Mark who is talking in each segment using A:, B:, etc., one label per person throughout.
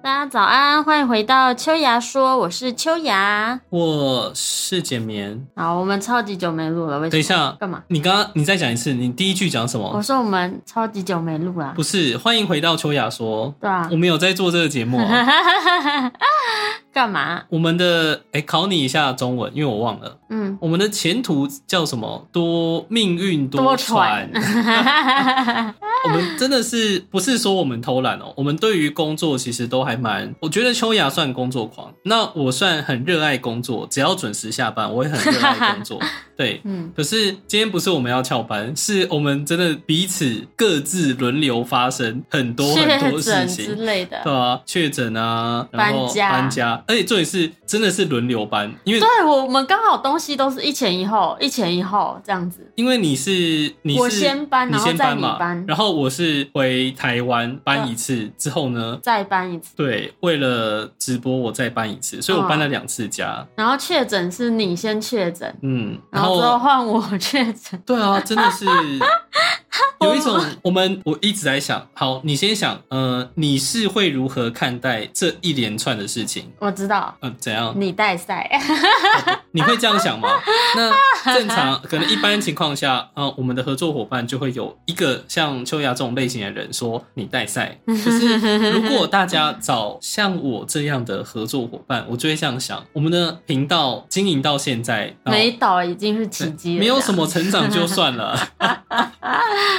A: 大家早安，欢迎回到秋芽说，我是秋芽。
B: 我是简棉。
A: 好，我们超级久没录了，为什么？
B: 等一下
A: 干嘛？
B: 你刚刚你再讲一次，你第一句讲什
A: 我
B: 么？
A: 说我们超级久没录了
B: 不，是，欢迎回到秋雅说，
A: 对啊
B: 我，们有在做这个节目、 啊。
A: 干嘛？
B: 我们的哎、考你一下中文，因为我忘了。
A: 嗯，
B: 我们的前途叫什么？多命运多舛。 我们真的是不是说我们偷懒哦？我们对于工作其实都还蛮，我觉得秋雅算工作狂，那我算很热爱工作，只要准时下班，我也很热爱工 作。对，
A: 嗯，
B: 可是今天不是我们要翘班，是我们真的彼此各自轮流发生很多很多
A: 确诊
B: 事
A: 之
B: 情。
A: 类的
B: 对。啊，确诊啊，然后
A: 搬家
B: 搬家，而且重点是真的是轮流搬，因为
A: 对，我们刚好东西都是一前一后，一前一后这样子。
B: 因为你是你是
A: 我先搬
B: 你先搬
A: 然后再
B: 嘛，
A: 你搬嗯
B: 然后我是回台湾搬一次之后呢，
A: 再搬一次，
B: 对，为了直播我再搬一次，所以我搬了两次家，
A: 然后确诊是你先确诊，
B: 嗯，
A: 然后之后换我确诊。
B: 对啊，真的是有一种我们我一直在想，好，你先想，呃，你是会如何看待这一连串的事情？
A: 我知道
B: 嗯、怎样？
A: 你带赛，
B: 你会这样想吗？那正常，可能一般情况下，呃，我们的合作伙伴就会有一个像秋雅这种类型的人说你带赛。可是如果大家找像我这样的合作伙伴，我就会这样想：我们的频道经营到现在， 然后
A: 没倒已经是奇迹了，
B: 哦没有什么成长就算 了，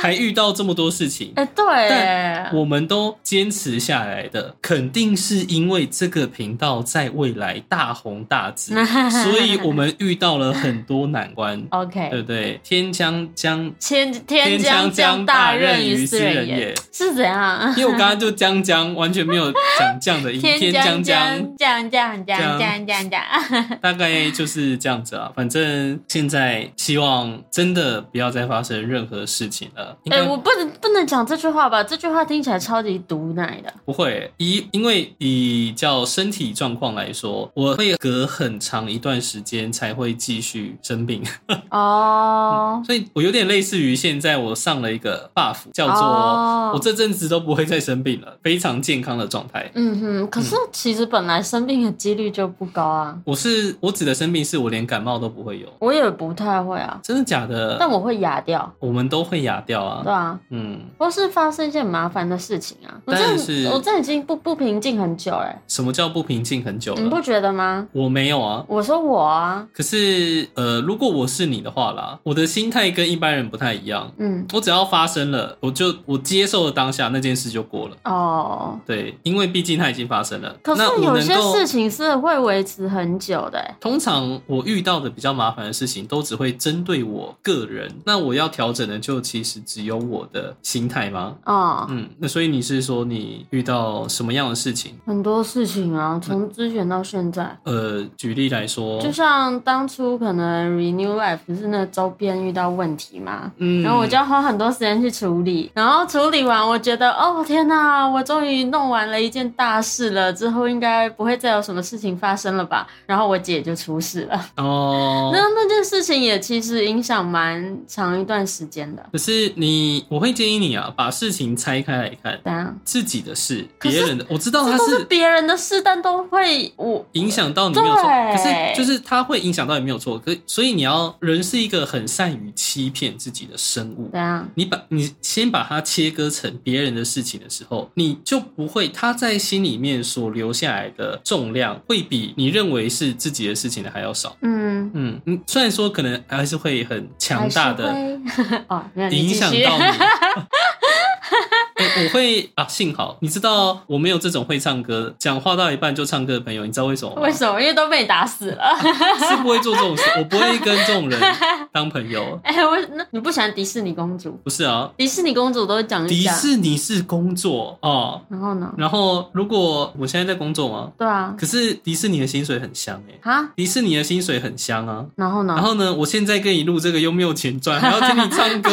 B: 还遇到这么多事情
A: 这，样。哎，对，
B: 我们都坚持下来的，肯定是因为这个频道在未来大红 大紫，所以我们遇到了很多难关，对
A: OK，
B: 不对？天将将
A: 天天将
B: 将
A: 降
B: 大
A: 任于
B: 于
A: 斯
B: 人
A: 也，
B: 也，
A: 是怎样？
B: 因为我刚刚就将将完全没有讲 将的音， 天将将。
A: 降降降
B: 将
A: 降降降，
B: 大概就是这样子啊。反正现在希望真的不要再发生任何事情了。应
A: 哎，
B: 该
A: 我不能不能讲这句话吧？这句话听起来超级毒奶的。
B: 不会，以因为以较身体状况来说，我会隔很长一段时间才会继续生病，
A: 哦，
B: 所以我有点类似于现在我上了一个 buff，叫做、
A: 哦
B: 我这阵子都不会再生病了，非常健康的状态。
A: 嗯哼，可是其实本来生病的几率就不高啊，
B: 我是我指的生病，是我连感冒都不会有，
A: 我也不太会啊，
B: 真的假的？
A: 但我会哑掉，
B: 我们都会哑掉啊
A: 对。啊，
B: 嗯，
A: 或是发生一件麻烦的事情啊。我
B: 但
A: 这
B: 是
A: 我这已经不不平静很久嘞，
B: 什么叫不平静很久了？
A: 你嗯不觉得吗？
B: 我没有啊，
A: 我说我啊，
B: 可是，呃，如果我是你的话啦，我的心态跟一般人不太一样。
A: 嗯，
B: 我只要发生了，我就我接受了当下那件事就过了。
A: 哦，
B: 对，因为毕竟它已经发生了。
A: 可是
B: 那我
A: 有
B: 能
A: 些
B: 够
A: 事情是会维持很久的欸，
B: 通常我遇到的比较麻烦的事情，都只会针对我个人。那我要调整的就其实只有我的心态吗？
A: 哦，
B: 嗯，那所以你是说你遇到什么样的事情？
A: 很多事情
B: 嗯
A: 啊，从之前到现在。
B: 呃，举例来说，
A: 就像当初可能 Renew Life 不是那周边遇到问题嘛，
B: 嗯，
A: 然后我就要花很多时间去处理，然后处理完，我觉得哦天哪，我终于弄完了一件大事了，之后应该不会再有什么事情发生了吧？然后我姐就出事了，
B: 哦，
A: 那那件事情也其实影响蛮长一段时间的，
B: 可是你，我会建议你啊，把事情拆开来看，
A: 怎样？
B: 自己的事，
A: 可是
B: 别人的，我知道
A: 啊这
B: 它
A: 都是
B: 哦是
A: 别人的事，但都会我
B: 影响到你没有错，
A: 对
B: 可是就是它会影响到你没有错，可所以你要人是一个很善于欺骗自己的生物。
A: 怎样？
B: 你把你先把它切割成别人的事情的时候，你就不会他在心里面所留下来的重量会比你认为是自己的事情的还要少。
A: 嗯，
B: 嗯嗯，虽然说可能还是会很强大的
A: 还是会哦，没有你
B: 影
A: 继
B: 响
A: 续
B: 到你。 欸我会啊，幸好你知道我没有这种会唱歌、讲话到一半就唱歌的朋友，你知道为什么吗？
A: 为什么？因为都被你打死了。
B: 是不会做这种事，我不会跟这 种人当朋友。
A: 哎、我那你不喜欢迪士尼公主？
B: 不是啊，
A: 迪士尼公主都讲一
B: 迪
A: 讲，
B: 士尼是工作哦。
A: 然后呢？
B: 然后，如果我现在在工作嘛，
A: 对啊，
B: 可是迪士尼的薪水很香哎、
A: 啊，
B: 迪士尼的薪水很香啊。
A: 然后呢？
B: 然后呢，我现在跟你 录这个又没有钱赚，还要听你唱歌，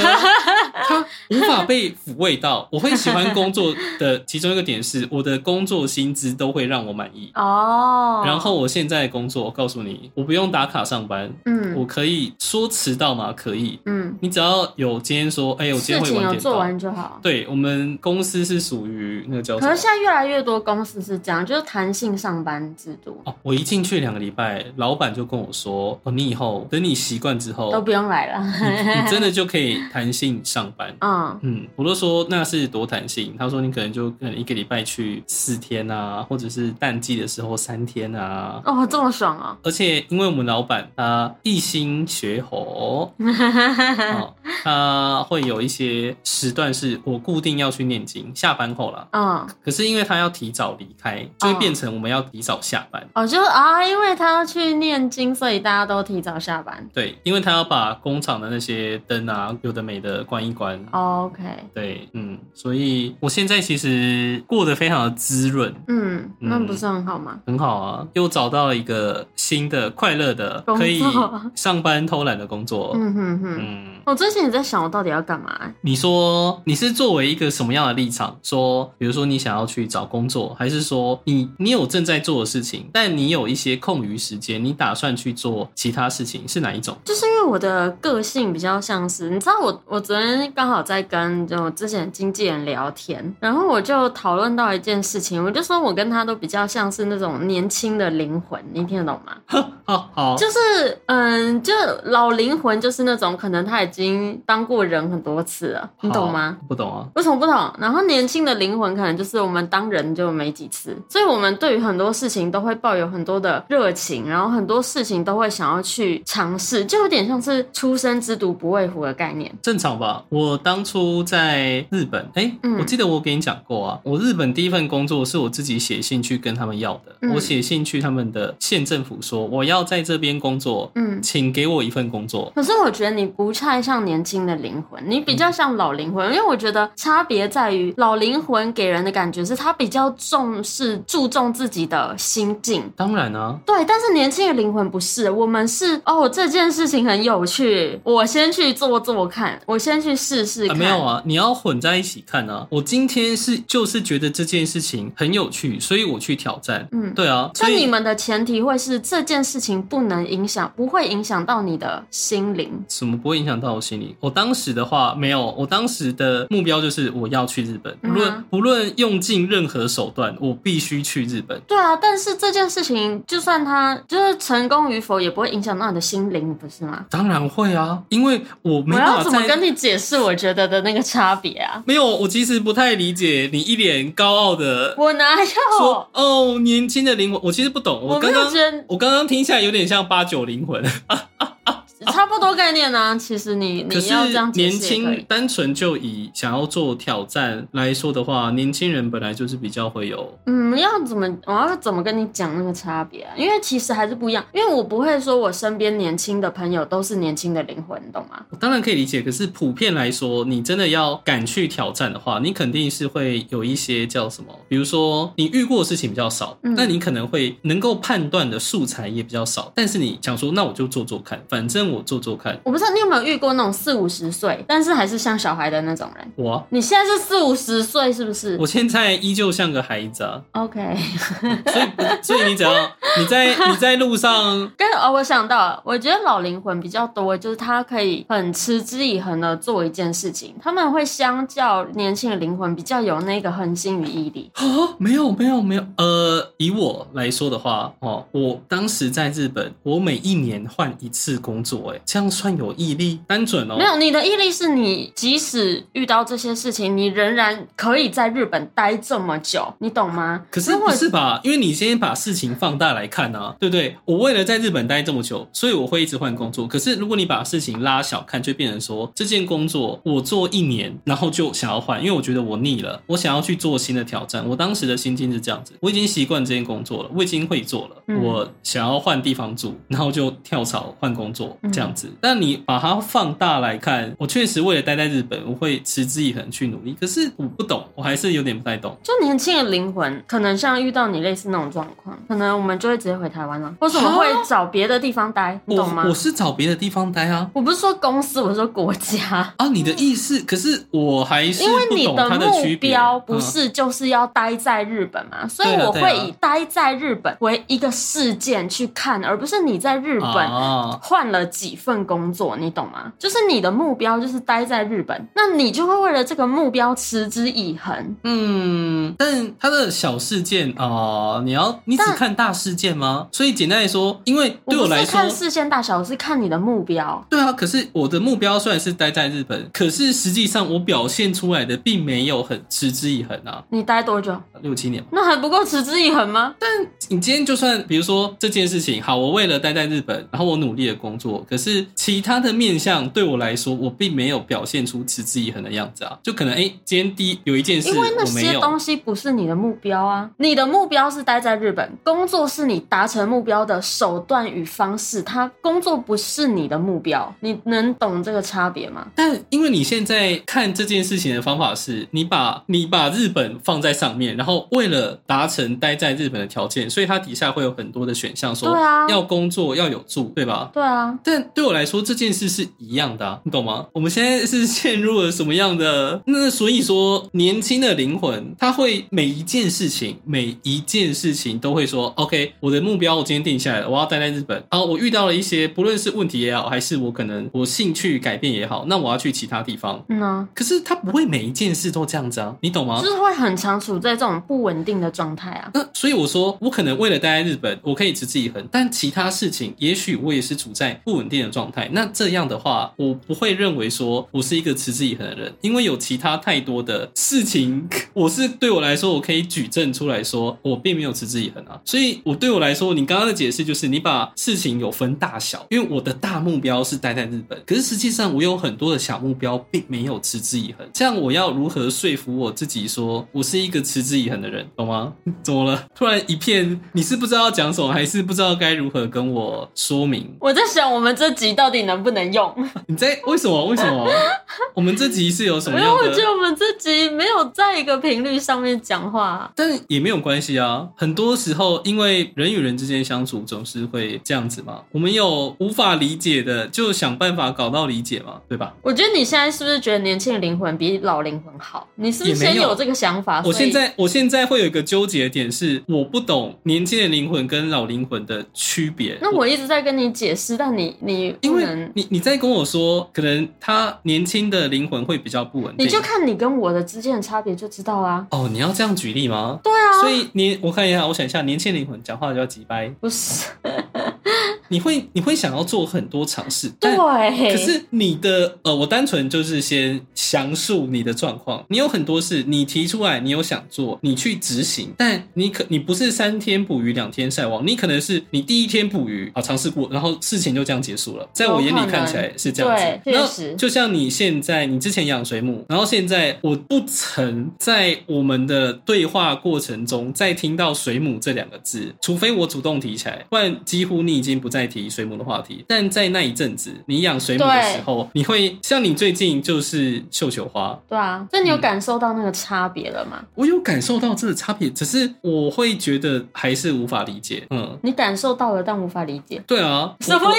B: 他无法被抚慰到。我会喜欢工作的其中一个点是，我的工作薪资都会让我满意。
A: 哦，
B: 然后我现在的工作，我告诉你，我不用打卡上班，
A: 嗯
B: 我可以说迟到吗？可以，
A: 嗯，
B: 你只要有今天说，哎、我今
A: 事
B: 天会
A: 情有
B: 点
A: 做
B: 到。
A: 完就好。
B: 对我们公司是属于那个叫什
A: 可
B: 么
A: 是？现在越来越多公司是这样，就是弹性上班制度，
B: 哦，我一进去两个礼拜，老板就跟我说，哦，你以后等你习惯之后，
A: 都不用来了。
B: 你你真的就可以弹性上班。
A: 嗯，
B: 嗯，我都说那是多弹性。他说你可能就可能一个礼拜去四天啊，或者是淡季的时候三天啊。
A: 哦，这么爽哦。
B: 而且因为我们老板他一心学 猴、哦，他会有一些时段是我固定要去念经，下班后啦。
A: 嗯，
B: 可是因为他要提早离开，就会变成我们要提早下班。
A: 哦，就是啊，因为他要去念经，所以大家都提早下班。
B: 对，因为他要把工厂的那些灯啊，有的没的关一关。
A: 哦 OK，
B: 对，嗯，所以我现在其实过得非常的滋润，
A: 嗯，那
B: 嗯
A: 不是很好吗？
B: 很好啊，又找到了一个新的快乐的
A: 工作
B: 可以上班偷懒的工作。
A: 嗯哼哼。
B: 哦嗯，
A: 我最近也在想，我到底要干嘛、欸
B: 你说你是作为一个什么样的立场？说，比如说你想要去找工作，还是说你你有正在做的事情，但你有一些空余时间，你打算去做其他事情，是哪一种？
A: 就是因为我的个性比较像是，你知道我我昨天刚好在跟就我之前的经纪人聊天，然后我就讨论到一件事情，我就说我跟他都比较像是那种年轻的灵魂，你听得懂吗？
B: 哦，好，
A: 就是嗯，就老灵魂就是那种可能他已经当过人很多次了，你懂吗？
B: 好？不懂啊。
A: 为什么不懂？然后年轻的灵魂可能就是我们当人就没几次，所以我们对于很多事情都会抱有很多的热情，然后很多事情都会想要去尝试，就有点像是初生之犊不畏虎的概念。
B: 正常吧。啊我当初在日本，哎、
A: 嗯
B: 我记得我给你讲过啊，我日本第一份工作是我自己写信去跟他们要的，
A: 嗯
B: 我写信去他们的县政府说我要在这边工作，
A: 嗯，
B: 请给我一份工作。
A: 可是我觉得你不太像年轻的灵魂，你比较像老灵魂，因为我觉得差别在于老灵魂给人的感觉是他比较重视注重自己的心境，
B: 当然啊，
A: 对，但是年轻的灵魂不是，我们是哦，这件事情很有趣，我先去做做看，我先去试试
B: 啊
A: 看。
B: 没有啊，你要混在一起看啊。我今天是就是觉得这件事情很有趣，所以我去挑战。
A: 嗯
B: 对啊，所
A: 但你
B: 以。
A: 们的前提会是这件事情不能影响，不会影响到你的心灵。
B: 什么不会影响到我心里？我当时的话没有，我当时的目标就是我要去日本，不论、
A: 嗯哼
B: 不论用尽任何手段，我必须去日本。
A: 对啊，但是这件事情，就算它就是成功与否，也不会影响到你的心灵，不是吗？
B: 当然会啊，因为我没
A: 我
B: 啊办
A: 要
B: 法
A: 怎么
B: 在
A: 跟你解释我觉得的那个差别啊？
B: 没有，我其实不太理解你一脸高傲的
A: 我哪有
B: 说？哦，年轻的灵魂，我其实不懂。
A: 我没
B: 刚
A: 有
B: 刚
A: 觉得
B: 我刚刚听起来有点像八九灵魂，
A: 差不多概念啊。其实你
B: 可
A: 你
B: 是
A: 要这样解
B: 年
A: 释也可
B: 轻
A: 以。
B: 单纯就以想要做挑战来说的话，年轻人本来就是比较会有
A: 嗯，要怎么我要怎么跟你讲那个差别啊？因为其实还是不一样，因为我不会说我身边年轻的朋友都是年轻的灵魂，你懂吗？
B: 我当然可以理解，可是普遍来说，你真的要敢去挑战的话，你肯定是会有一些叫什么，比如说你遇过的事情比较少，
A: 嗯
B: 那你可能会能够判断的素材也比较少，但是你想说，那我就做做看，反正我做做看，
A: 我不知道你有没有遇过那种四五十岁，但是还是像小孩的那种人。
B: 我啊
A: 你现在是四五十岁是不是
B: 我现在依旧像个孩子啊，
A: ？OK，
B: 所以所以你只要你在你在路上。
A: 跟哦，我想到了，我觉得老灵魂比较多，就是他可以很持之以恒的做一件事情，他们会相较年轻的灵魂比较有那个恒心与毅力。
B: 啊，没有没有没有，呃，以我来说的话，哦，我当时在日本，我每一年换一次工作，哎，这样算有毅力？单纯哦，
A: 没有，你的毅力是你即使遇到这些事情，你仍然可以在日本待这么久，你懂吗？
B: 可是
A: 如
B: 不
A: 果
B: 是吧？因为你先把事情放大来看啊，对不对？我为了在日本待这么久，所以我会一直换工作。可是如果你把事情拉小看，就变成说这件工作我做一年，然后就想要换，因为我觉得我腻了，我想要去做新的挑战。我当时的心境是这样子，我已经习惯这件工作了，我已经会做了，
A: 嗯
B: 我想要换地方住，然后就跳槽换工作
A: 嗯，
B: 这样子。但你把它放大来看，我确实为了待在日本，我会持之以恒去努力。可是我不懂，我还是有点不太懂。
A: 就年轻的灵魂，可能像遇到你类似那种状况，可能我们就会直接回台湾了，或是我们会找别的地方待，你
B: 我
A: 懂吗？
B: 我是找别的地方待啊
A: 我不是说公司，我是说国家。
B: 啊！你的意思，可是我还是
A: 因为
B: 不
A: 你
B: 懂它
A: 目
B: 区别。
A: 标不
B: 嗯
A: 是就是要待在日本嘛，所以
B: 对啊
A: 我
B: 对
A: 会
B: 啊
A: 以待在日本为一个事件去看，而不是你在日本
B: 啊，
A: 换了几份工作，你懂吗？就是你的目标就是待在日本，那你就会为了这个目标持之以恒。
B: 嗯，但它的小事件啊、你要你只
A: 但
B: 看大事件吗？所以简单来说，因为对
A: 不
B: 我来
A: 是
B: 说，
A: 看事件大小，我是看你的目标。
B: 对啊，可是我的目标虽然是待在日本，可是实际上我表现出来的并没有很持之以恒啊，
A: 你待多久？
B: 六七年嘛。
A: 那还不够持之以恒吗？
B: 你今天就算比如说这件事情，好，我为了待在日本，然后我努力的工作，可是其他的面向对我来说，我并没有表现出持之以恒的样子啊，就可能哎、诶今天第一有一件事
A: 因为那
B: 我没
A: 些
B: 有，
A: 东西不是你的目标啊，你的目标是待在日本，工作是你达成目标的手段与方式，它工作不是你的目标，你能懂这个差别吗？
B: 但因为你现在看这件事情的方法是，你把你把日本放在上面，然后为了达成待在日本的条件，所以它底下会有很多的选项，说
A: 对啊
B: 要工作要有住，对吧？
A: 对啊，
B: 但对我来说，这件事是一样的、啊，你懂吗？我们现在是 陷入了什么样的？那所以说，年轻的灵魂，他会每一件事情，每一件事情都会说：“OK，我的目标我今天定下来了，我要待在日本。啊，我遇到了一些，不论是问题也好，还是我可能我兴趣改变也好，那我要去其他地方。
A: 嗯啊，
B: 可是他不会每一件事都这样子啊，你懂吗？
A: 就是会很常处在这种不稳定的状态啊。
B: 那所以我说，我可能为了待在日本，我可以持之以恒，但其他事情，也许我也是处在不稳定的状态。那这样的话，我不会认为说我是一个持之以恒的人，因为有其他太多的事情， 我是对我来说，我可以举证出来说，我并没有持之以恒啊。所以，我对我来说，你刚刚的解释就是你把事情有分大小，因为我的大目标是待在日本，可是实际上我有很多的小目标，并没有持之以恒。这样，我要如何说服我自己说我是一个持之以恒的人，懂吗？ 怎么了？突然一片，你是不知道要讲什么，还是不知道该如何跟我说明？
A: 我在想，我们这集到底能不能用？
B: 你在为什么？为什么？我们这集是有什么
A: 因为
B: 样
A: 我觉
B: 的？
A: 得我们这集没有在一个频率上面讲话啊、
B: 但也没有关系啊。很多时候，因为人与人之间相处总是会这样子嘛。我们有无法理解的，就想办法搞到理解嘛，对吧？
A: 我觉得你现在是不是觉得年轻的灵魂比老灵魂好？你是不是
B: 也没
A: 先
B: 有
A: 有这个想法？
B: 我
A: 啊所以
B: 现在我现在会有一个纠结点是，我不懂年轻的灵魂跟老灵魂的区别。
A: 那我一直在跟你解释，但你你
B: 因
A: 不
B: 为
A: 能，
B: 你你在跟我说，可能他年轻的灵魂会比较不稳定。
A: 你就看你跟我的之间的差别就知道啊。
B: 哦，你要这样举例吗？
A: 对啊，
B: 所以你我看一下，我想一下，年轻灵魂讲话就要几掰，
A: 不是
B: 你会你会想要做很多尝试， 但
A: 对，
B: 可是你的呃，我单纯就是先详述你的状况，你有很多事你提出来，你有想做，你去执行，但你可你不是三天捕鱼两天晒网，你可能是你第一天捕鱼啊尝试过，然后事情就这样结束了，在我眼
A: 有
B: 里
A: 可
B: 看起
A: 能
B: 来是这样子。
A: 哦对
B: 然后
A: 确实
B: 就像你现在，你之前养水母，然后现在我不曾在我们的对话过程中再听到水母这两个字，除非我主动提起来，不然几乎你已经不再提水母的话题。但在那一阵子，你养水母的
A: 对
B: 时候，你会像你最近就是绣球花，
A: 对啊，所以你有
B: 嗯
A: 感受到那个差别了吗？
B: 我有感受到这个差别，只是我会觉得还是无法理解。嗯，
A: 你感受到了，但无法理解，
B: 对啊，
A: 什么意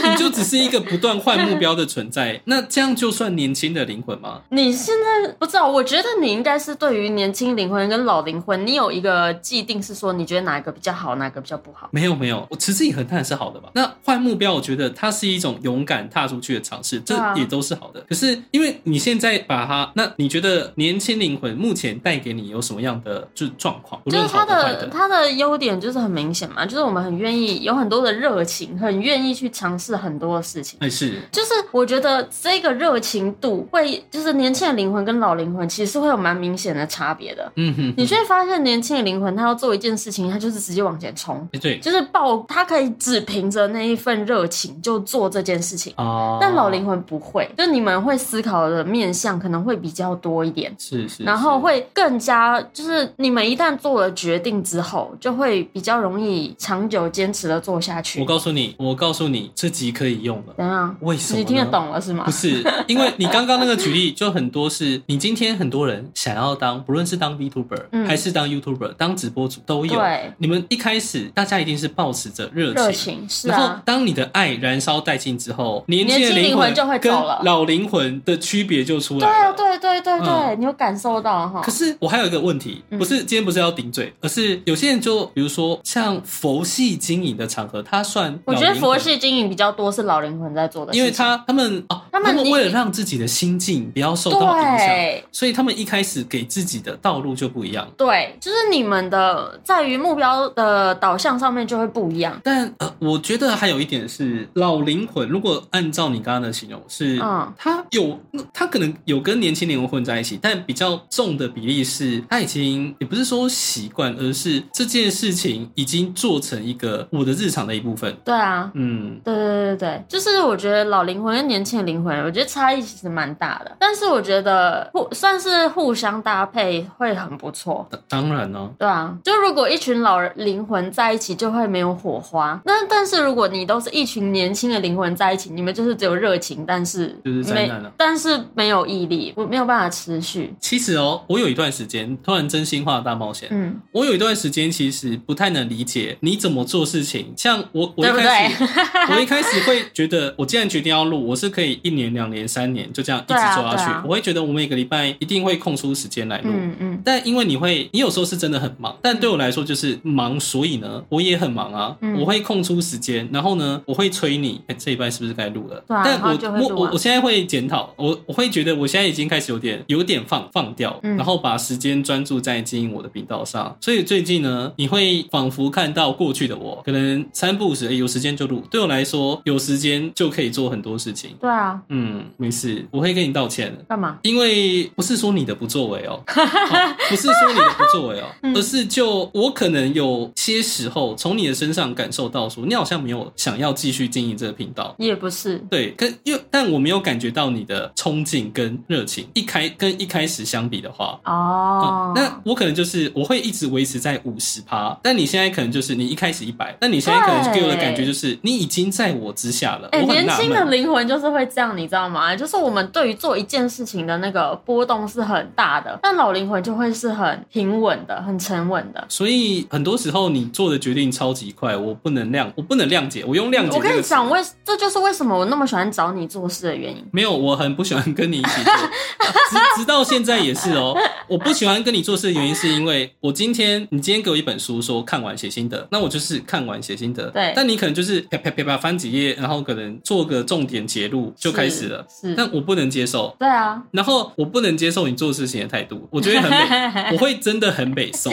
A: 思？
B: 你就只是一个不断换目标的存在，那这样就算年轻的灵魂吗？
A: 你现在不知道，我觉得你应该是对于年轻灵魂跟老灵魂，你有一个既定是说，你觉得哪一个比较好，哪个比较不好。
B: 没有没有，我持之以恒当然是好的吧。那换目标，我觉得它是一种勇敢踏出去的尝试，这
A: 对啊
B: 也都是好的。可是因为你现在把它，那你觉得年轻灵魂目前带给你有什么样的就是状况？不
A: 就
B: 论
A: 是他
B: 好的坏
A: 的
B: 的，
A: 他的优点就是很明显嘛，就是我们很愿意有很多的热情，很愿意去尝试很多的事情。
B: 哎是
A: 就是我觉得这个热情度会，就是年轻的灵魂跟老灵魂其实会有蛮明显的差别的。
B: 嗯哼，
A: 你就会发现，年轻的灵魂他要做一件事情，他就是直接往前冲，
B: 哎对，
A: 就是爆，他可以只凭着那一份热情就做这件事情。
B: 哦，
A: 但老灵魂不会，就你们会思考的面向可能会比较多一点，
B: 是是，
A: 然后
B: 是
A: 会更加就是你们一旦做了决定之后，就会比较容易长久坚持的做下去
B: 我。告诉你，我告诉你，这集可以用了。
A: 怎样？
B: 为什么？
A: 你听得？懂了是吗
B: 啊不？是，因为你刚刚那个举例就很多是，你今天很多人想要当，不论是当 VTuber、
A: 嗯
B: 还是当 YouTuber、当直播主都有。
A: 对，
B: 你们一开始大家一定是抱持着热
A: 热情是
B: 然后
A: 啊，，
B: 当你的爱燃烧殆尽之后，年
A: 年
B: 轻的
A: 轻灵魂
B: 魂
A: 就会走
B: 跟
A: 了
B: 老灵魂的区别就出来
A: 对啊，
B: 了。
A: 对对对对，
B: 嗯
A: 你有感受到哈
B: 可？是我还有一个问题，
A: 嗯
B: 不是今天不是要顶嘴，而是有些人就比如说像佛系经营的场合，他算
A: 我觉
B: 老
A: 得
B: 灵
A: 佛
B: 魂
A: 系经营比较多是老灵魂在做的事
B: 因
A: 情，
B: 为他他们哦，
A: 他们你
B: 为了让自己的心境不要受到影响，
A: 对。
B: 所以他们一开始给自己的道路就不一样。
A: 对，就是你们的在于目标的导向上面就会不一样。
B: 但呃，我觉得还有一点是老灵魂，如果按照你刚刚的形容，是
A: 嗯
B: 他有他可能有跟年轻灵魂混在一起，但比较重的比例是他已经也不是说习惯，而是这件事情已经做成一个我的日常的一部分。
A: 对啊，
B: 嗯，
A: 对对对对，就是我觉得老灵魂跟年轻的灵魂，我觉得差异其实蛮大的，但是我觉得互算是互相搭配会很不错。
B: 当当然哦呢、
A: 对啊，就如果一群老人灵魂在一起，就会没有火花。那但是如果你都是一群年轻的灵魂在一起，你们就是只有热情，但是
B: 就是灾
A: 没
B: 难啊，
A: 但是没有毅力，我没有办法持续。
B: 其实哦，我有一段时间突然真心话大冒险，
A: 嗯，
B: 我有一段时间其实不太能理解你怎么做事情，像我，我一
A: 对不
B: 开始，
A: 对？
B: 我一开始会觉得，我既然决定要录，我是可以一年、两年、三年就这样一直
A: 对啊
B: 做下
A: 对
B: 去。
A: 啊
B: 我会觉得我每个礼拜一定会空出时间来录。
A: 嗯嗯
B: 但因为你会，你有时候是真的很忙，但对我来说就是忙，所以呢，我也很忙啊。
A: 嗯
B: 我会空出时间，然后呢，我会催你，哎、这一半是不是该录了？
A: 对啊
B: 但
A: 然后就会录
B: 我
A: 啊
B: 我我我现在会检讨，我我会觉得我现在已经开始有点有点放放掉，
A: 嗯
B: 然后把时间专注在经营我的频道上。所以最近呢，你会仿佛看到过去的我，可能三不五时、哎有时间就录。对我来说，有时间就可以做很多事情。
A: 对啊，
B: 嗯，没事，我会跟你道歉的。
A: 干嘛？
B: 因为不是说你的不作为 哦，哦不是说你的不作为哦，
A: 嗯
B: 而是就我可能有些时候从你的身上感受到说，你好像没有想要继续经营这个频道。
A: 也不是，
B: 对，跟因为但我没有感觉到你的冲劲跟热情，一开跟一开始相比的话。
A: 哦
B: 嗯，，那我可能就是我会一直维持在五十趴，但你现在可能就是你一开始一百，但你现在可能给我的感觉就是你已经在我之下了。
A: 哎、
B: 我很
A: 年
B: 纳
A: 轻的
B: 闷，
A: 灵魂就是会这样，你知道吗？就是我们对于做一件事情的那个波动是很大的，但老灵魂就会是很平稳的、很沉稳的。
B: 所以很多时候你做的决定超级快，我不能谅，我不能谅解，我用谅解。
A: 我跟你讲，，为这就是为什么我那么喜欢找你做事的原因。
B: 没有，我很不喜欢跟你一 起做，直直到现在也是哦。我不喜欢跟你做事的原因是因为我今天你今天给我一本书，说看完写心得，那我就是看完写心得。
A: 对
B: 但你可能就是啪啪啪啪翻几页，然后可能做个重点节录就开始了，
A: 是，是
B: 但我不能接受。
A: 对啊，
B: 然后我不能接受你做事情的态度，我觉得很美， 我会真的很北宋，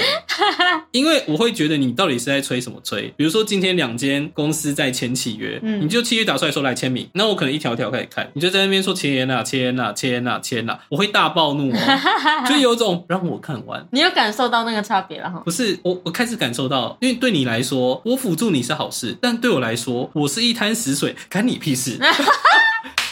B: 因为我会觉得你到底是在吹什么吹？比如说今天两间公司在签契约，
A: 嗯
B: 你就契约打出来说来签名，那我可能一条一条开始看，你就在那边说签啊签啊签啊签啊，我会大暴怒哦，就有种让我看完。
A: 你有感受到那个差别了哈？
B: 不是我，我开始感受到，因为对你来说，我辅助你是好事，但对我来说，我是一滩死水，干你屁事。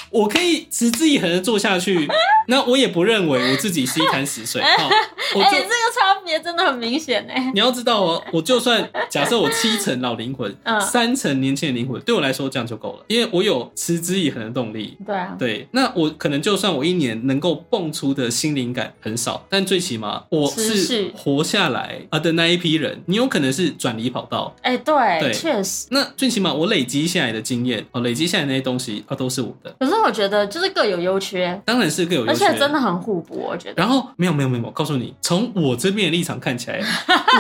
B: 我可以持之以恒的做下去，那我也不认为我自己是一滩死水。好，我
A: 哎、
B: 就、
A: 这个差别真的很明显哎、
B: 你要知 道哦，我就算假设我七成老灵魂，
A: 嗯
B: 三成年轻的灵魂，对我来说这样就够了，因为我有持之以恒的动力。
A: 对啊，
B: 对，那我可能就算我一年能够蹦出的心灵感很少，但最起码我
A: 持
B: 是
A: 续
B: 活下来啊的那一批人。你有可能是转移跑道，
A: 哎、
B: 对
A: 对，确实。
B: 那最起码我累积下来的经验哦，累积下来的那些东西啊都是我的，
A: 可是我觉得就是各有优缺，
B: 当然是各有优
A: 而
B: 缺。
A: 且真的很互补，我觉得。
B: 然后没有没有没有，我告诉你，从我这边的立场看 起来，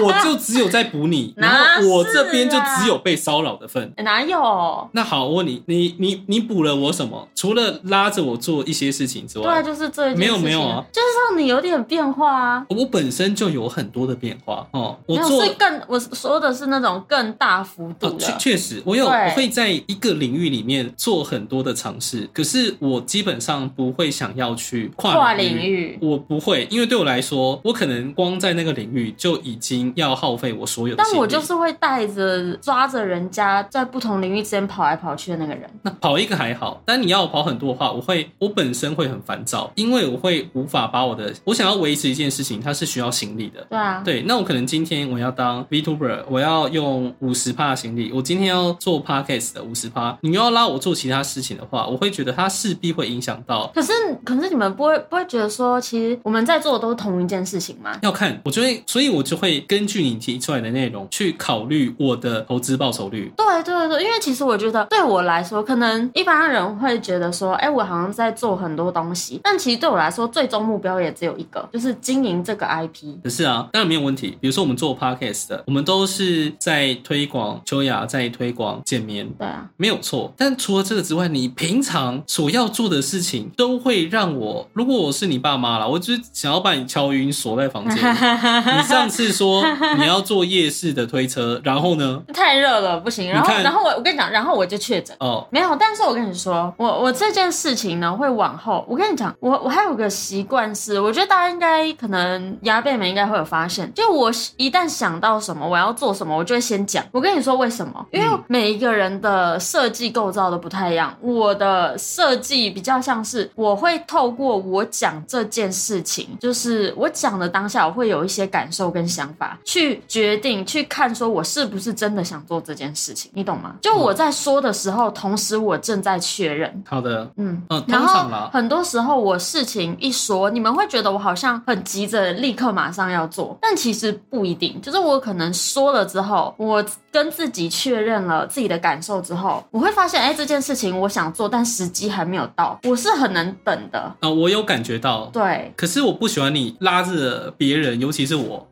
B: 我就只有在补你，然
A: 哪
B: 后我这
A: 是
B: 边就
A: 啊
B: 只有被骚扰的份。
A: 哎哪有？
B: 那好，我问你，你你你补了我什么？除了拉着我做一些事情之
A: 对啊，
B: 外，
A: 就是这一件事情
B: 没有没有啊，
A: 就是让你有点变化啊。
B: 我本身就有很多的变化哦。我
A: 没有
B: 做
A: 是更，我说的是那种更大幅度
B: 哦，
A: 的，
B: 确确实，我有
A: 对
B: 我会在一个领域里面做很多的尝试，可是我基本上不会想要去跨
A: 跨
B: 领
A: 领域
B: 我不会，因为对我来说，我可能光在那个个领域就已经要耗费我所有的
A: 但
B: 心力。
A: 我就是会带着抓着人家在不同领域之间跑来跑去的那个人。
B: 那跑一个还好，但你要我跑很多的话，我会我本身会很烦躁，因为我会无法把我的我想要维持一件事情，它是需要心力的。
A: 对啊，
B: 对，那我可能今天我要当 Vtuber，我要用五十帕行李，我今天要做 Podcast 的五十帕，你又要拉我做其他事情的话，我会觉得它势必会影响到。
A: 可是可是你们不会不会觉得说，其实我们在做的都是同一件事情吗？
B: 要看，我就会，所以我就会根据你提出来的内容去考虑我的投资报酬率。
A: 对对对，因为其实我觉得对我来说，可能一般人会觉得说，哎，我好像在做很多东西，但其实对我来说，最终目标也只有一个，就是经营这个 IP。
B: 可是啊，当然没有问题。比如说我们做 podcast 的，我们都是在推广秋雅，在推广简眠，
A: 对啊，
B: 没有错。但除了这个之外，你平常所要做的事情都会让我，如果我是你爸妈啦，我就是想要把你敲晕，锁在 房间里。你上次说你要做夜市的推车，然后呢？
A: 太热了，不行。然后
B: 你看
A: 然后我我跟你讲，然后我就确诊。
B: 哦，
A: 没有，但是我跟你说，我我这件事情呢会往后。我跟你讲，我我还有个习惯是，我觉得大家应该可能牙贝们应该会有发现，就我一旦想到什么我要做什么，我就会先讲。我跟你说为什么？因
B: 嗯
A: 为每一个人的设计构造都不太一样，我的设计比较像是我会透过我讲这件事情，就是我讲的当下，我会有一些感受跟想法，去决定去看说我是不是真的想做这件事情，你懂吗？就我在说的时候，同时我正在确认。
B: 好的，
A: 嗯，
B: 嗯，通
A: 然后
B: 常啦，
A: 很多时候我事情一说，你们会觉得我好像很急着立刻马上要做，但其实不一定。就是我可能说了之后，我跟自己确认了自己的感受之后，我会发现，哎，这件事情我想做，但时机还没有到，我是很能等的。
B: 啊、我有感觉到，
A: 对，
B: 可是我不喜欢你拉着别人，尤其是我，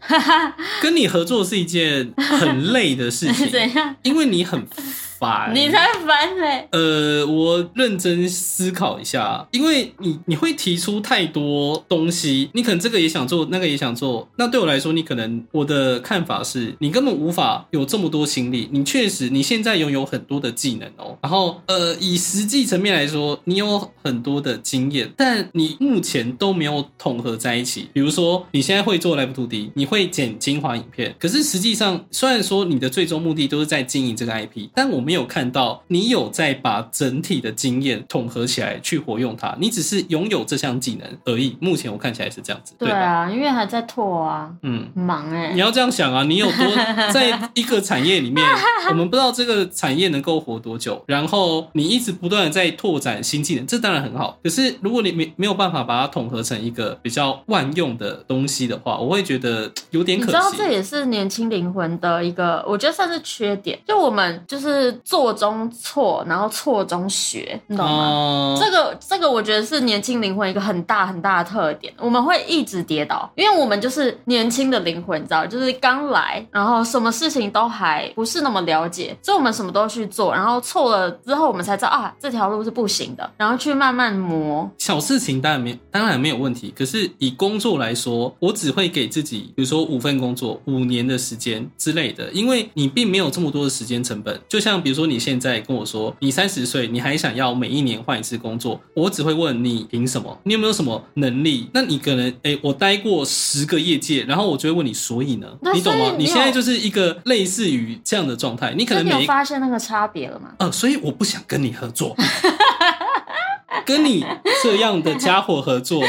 B: 跟你合作是一件很累的事 情，
A: 怎样？
B: 因为你很烦。
A: 你才烦欸嘞！
B: 呃，我认真思考一下，因为你你会提出太多东西，你可能这个也想做，那个也想做。那对我来说，你可能我的看法是你根本无法有这么多心力。你确实你现在拥有很多的技能哦，然后呃，以实际层面来说，你有很多的经验，但你目前都没有统合在一起。比如说，你现在会做 Live to D，你会剪精华影片，可是实际上虽然说你的最终目的都是在经营这个 IP，但我没有看到你有在把整体的经验统合起来去活用它，你只是拥有这项技能而已。目前我看起来是这样子，
A: 对
B: 吧？
A: 啊，因为还在拓啊，
B: 嗯。
A: 忙哎、
B: 你要这样想啊，你有多在一个产业里面，我们不知道这个产业能够活多久，然后你一直不断的在拓展新技能，这当然很好。可是如果你没没有办法把它统合成一个比较万用的东西的话，我会觉得有点
A: 你
B: 可
A: 知道
B: 惜
A: 这。也是年轻灵魂的一个，我觉得算是缺点，就我们就是做中错，然后错中学，你懂吗？
B: 哦
A: 这个这个，我觉得是年轻灵魂一个很大很大的特点。我们会一直跌倒，因为我们就是年轻的灵魂，你知道，就是刚来，然后什么事情都还不是那么了解，所以我们什么都去做，然后错了之后，我们才知道啊，这条路是不行的，然后去慢慢磨。
B: 小事情当然没当然没有问题，可是以工作来说，我只会给自己，比如说五份工作、五年的时间之类的，因为你并没有这么多的时间成本。就像比如说你现在跟我说，你三十岁，你还想要每一年换一次工作，我只会问你凭什么？你有没有什么能力？那你可能哎，诶我待过十个业界，然后我就会问你，所以呢
A: 那？
B: 你懂
A: 所以
B: 吗？
A: 你
B: 你
A: 有
B: 现在就是一个类似于这样的状态，你可
A: 那
B: 能
A: 你有
B: 每一个
A: 发现那个差别了吗？
B: 呃，所以我不想跟你合作， 跟你这样的家伙合作，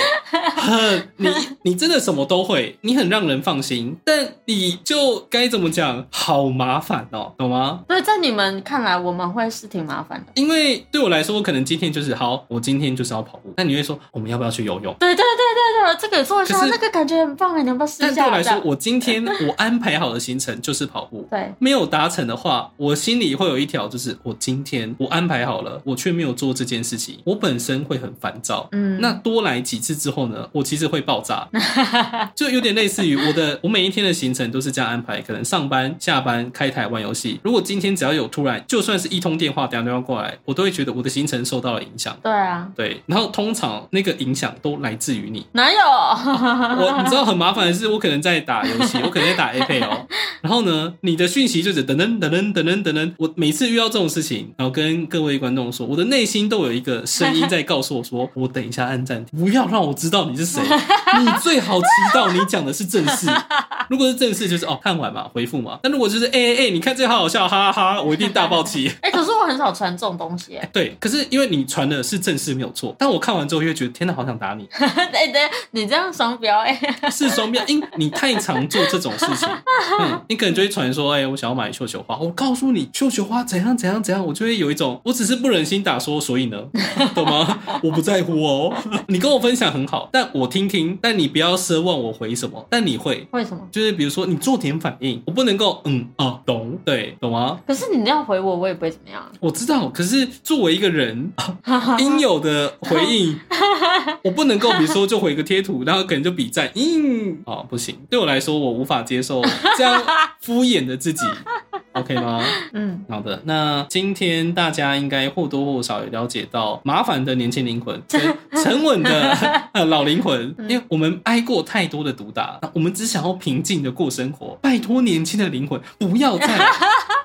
B: 很你你真的什么都会，你很让人放心，但你就该怎么讲，好麻烦哦，懂吗？
A: 所以在你们看来，我们会是挺麻烦的。
B: 因为对我来说，我可能今天就是好，我今天就是要跑步。那你会说，我们要不要去游泳？
A: 对对对对对，这个也做一下，
B: 可是
A: 这个感觉很棒哎，你要不要试一
B: 但对
A: 下？
B: 我来
A: 这
B: 说，
A: 样
B: 我今天我安排好的行程就是跑步。
A: 对
B: 没有达成的话，我心里会有一条，就是我今天我安排好了，我却没有做这件事情，我本身会很烦躁。
A: 嗯
B: 那多来几次之后呢，我其实会爆炸，就有点类似于我的，我每一天的行程都是这样安排，可能上班、下班、开台玩游戏。如果今天只要有突然，就算是一通电话、两通电话过来，我都会觉得我的行程受到了影响。
A: 对啊，
B: 对，然后通常那个影响都来自于你，
A: 哪有？
B: 我你知道很麻烦的是，我可能在打游戏，我可能在打 A P 哦。然后呢，你的讯息就是等等等等等等等等。我每次遇到这种事情，然后跟各位观众说，我的内心都有一个声音在告诉我说，我等一下按暂停，不要让我知道你是谁，你最好祈祷你讲的是正事。如果是正式，就是哦看完嘛，回复嘛。那如果就是哎哎哎，你看这个好好笑，哈哈哈，我一定大爆气。
A: 哎、可是我很少传这种东西、 哎
B: 对，可是因为你传的是正式没有错，但我看完之后就会觉得天哪，好想打你，
A: 哎、对，你这样双标，哎、
B: 是双标，因你太常做这种事情，嗯，你可能就会传说，哎、我想要买绣球花，我告诉你绣球花怎样怎样怎样，我就会有一种，我只是不忍心打说，所以呢， 懂吗？我不在乎哦， 你跟我分享很好，但我听听，但你不要奢望我回什么，但你会。
A: 为什么？
B: 就是比如说，你做点反应，我不能够嗯哦懂对懂吗？
A: 可是你那样回我，我也不会怎么样啊。
B: 我知道，可是作为一个人， 应有的回应， 我不能够，比如说就回个贴图，然后可能就比赞，嗯，哦，不行，对我来说，我无法接受这样敷衍的自己 ，OK 吗？
A: 嗯，
B: 好的，那今天大家应该或多或少也了解到麻烦的年轻灵 魂，沉沉稳的 呃老灵魂，因为我们挨过太多的毒打，我们只想要平静的过生活。拜托年轻的灵魂，不要 再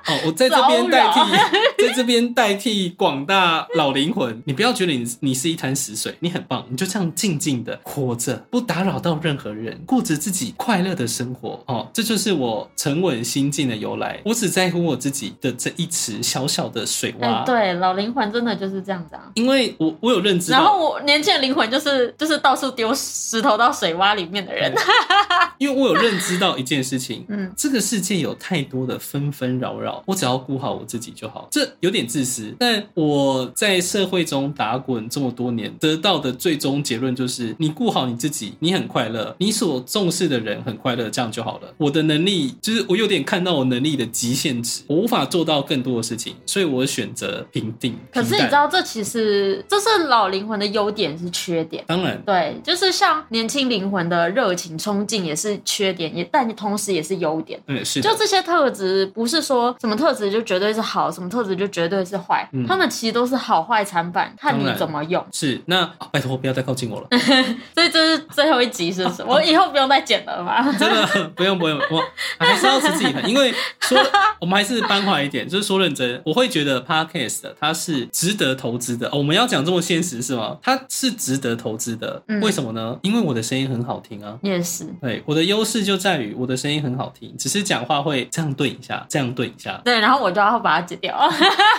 B: 哦，我在这边代替
A: 骚扰，
B: 在这边代替广大老灵魂，你不要觉得你你是一滩死水，你很棒，你就这样静静的活着，不打扰到任何人，过着自己快乐的生活。哦，这就是我沉稳心境的由来。我只在乎我自己的这一池小小的水
A: 哎、
B: 洼，
A: 对，老灵魂真的就是这样子啊。
B: 因为我我有认知
A: 然
B: 到，
A: 后我年轻的灵魂就是就是到处丢石头到水洼里面的人。
B: 因为我有认知到一件事情，
A: 嗯，
B: 这个世界有太多的纷纷扰扰，我只要顾好我自己就好。这有点自私，但我在社会中打滚这么多年，得到的最终结论就是：你顾好你自己，你很快乐，你所重视的人很快乐，这样就好了。我的能力就是我有点看到我能力的极限值，我无法做到更多的事情，所以我选择平定。
A: 可是
B: 平
A: 你
B: 淡
A: 知，道，这其实这是老灵魂的优点是缺点。
B: 当然。
A: 对，就是像年轻灵魂的热情冲劲也是缺点，也但同时也是优点。
B: 嗯，是的
A: 就这些特质，不是说什么特质就绝对是好，什么特质就绝对是坏，
B: 嗯
A: 他们其实都是好坏参半，看
B: 当
A: 你
B: 然
A: 怎么用。
B: 是那、啊拜托不要再靠近我了，
A: 所以这是最后一集，是不是？我以后不用再剪了 吧？
B: 真的不用不用，我还是要吃自己的，因为说我们还是搬回来一点，就是说认真，我会觉得 podcast 的它是值得投资的、哦。我们要讲这么现实是吗？它是值得投资的，
A: 嗯
B: 为什么呢？因为我的声音很好听啊。
A: 也是，。
B: 对，我的优势就在于我的声音很好听，只是讲话会这样对一下，这样对一下
A: 对，然后我就要把它剪掉。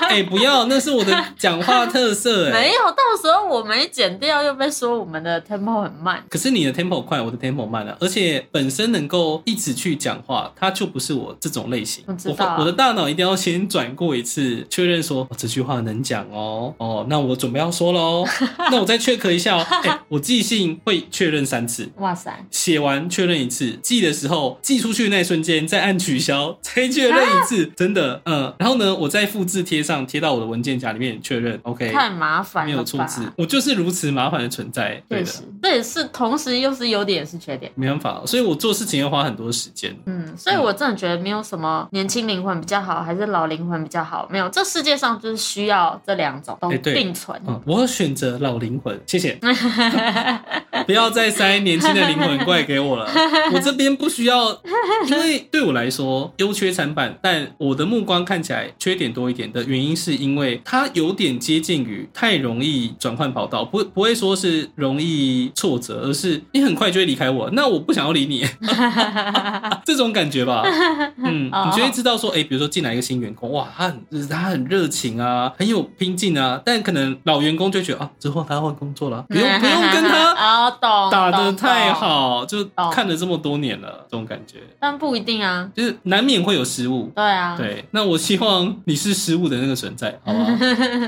B: 哎、不要，那是我的讲话特色、哎，
A: 没有，到时候我没剪掉又被说我们的 tempo 很慢。
B: 可是你的 tempo 快，我的 tempo 慢啊，而且本身能够一直去讲话，它就不是我这种类型。
A: 我知道啊
B: 我我的大脑一定要先转过一次，确认说、哦、这句话能讲哦，哦，那我准备要 说喽，那我再 check 一下哦。哎、我记性会确认三次，
A: 哇塞，
B: 写完确认一次，寄的时候寄出去那一瞬间再按取消， 再确认一次，
A: 啊
B: 真的，嗯，然后呢，我再复制贴上，贴到我的文件夹里面确认，OK。
A: 太麻烦
B: 没
A: 了
B: 有
A: 吧？
B: 错字，我就是如此麻烦的存在。
A: 确
B: 对的，
A: 实，这也是同时又是优点也是缺点。
B: 没办法，所以我做事情要花很多时间。
A: 嗯，所以我真的觉得没有什么年轻灵魂比较好，还是老灵魂比较好。没有，这世界上就是需要这两种都
B: 哎对
A: 并存。
B: 嗯，我选择老灵魂，谢谢。不要再塞年轻的灵魂过来给我了，我这边不需要， 因为对我来说优缺参半，但我的目光看起来缺点多一点的原因，是因为它有点接近于太容易转换跑道，不不会说是容易挫折，而是你很快就会离开我，那我不想要 理你，这种感觉吧。嗯，
A: 哦
B: 你就会知道说，哎、比如说进来一个新员工，哇，他很他很热情啊，很有拼劲啊，但可能老员工就会觉得啊，之后他换工作了，不用不用 跟他
A: 啊、嗯懂
B: 打的
A: 懂
B: 太
A: 懂
B: 好，就
A: 懂
B: 看了这么多年了，这种感觉
A: 但不一定啊。
B: 就是难免会有失误。
A: 对啊，
B: 对，那我希望你是失误的那个存在，好啊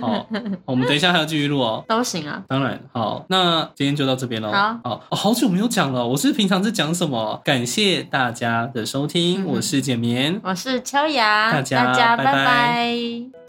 B: 不好？好，好我们等一下还要继续录哦。
A: 都行啊。
B: 当然，好，那今天就到这边喽。
A: 好
B: 哦，好久没有讲了，我是平常是讲什么？感谢大家的收听，
A: 嗯
B: 我是简眠，
A: 我是秋雅，
B: 大家
A: 大家
B: 拜
A: 拜
B: 拜
A: 拜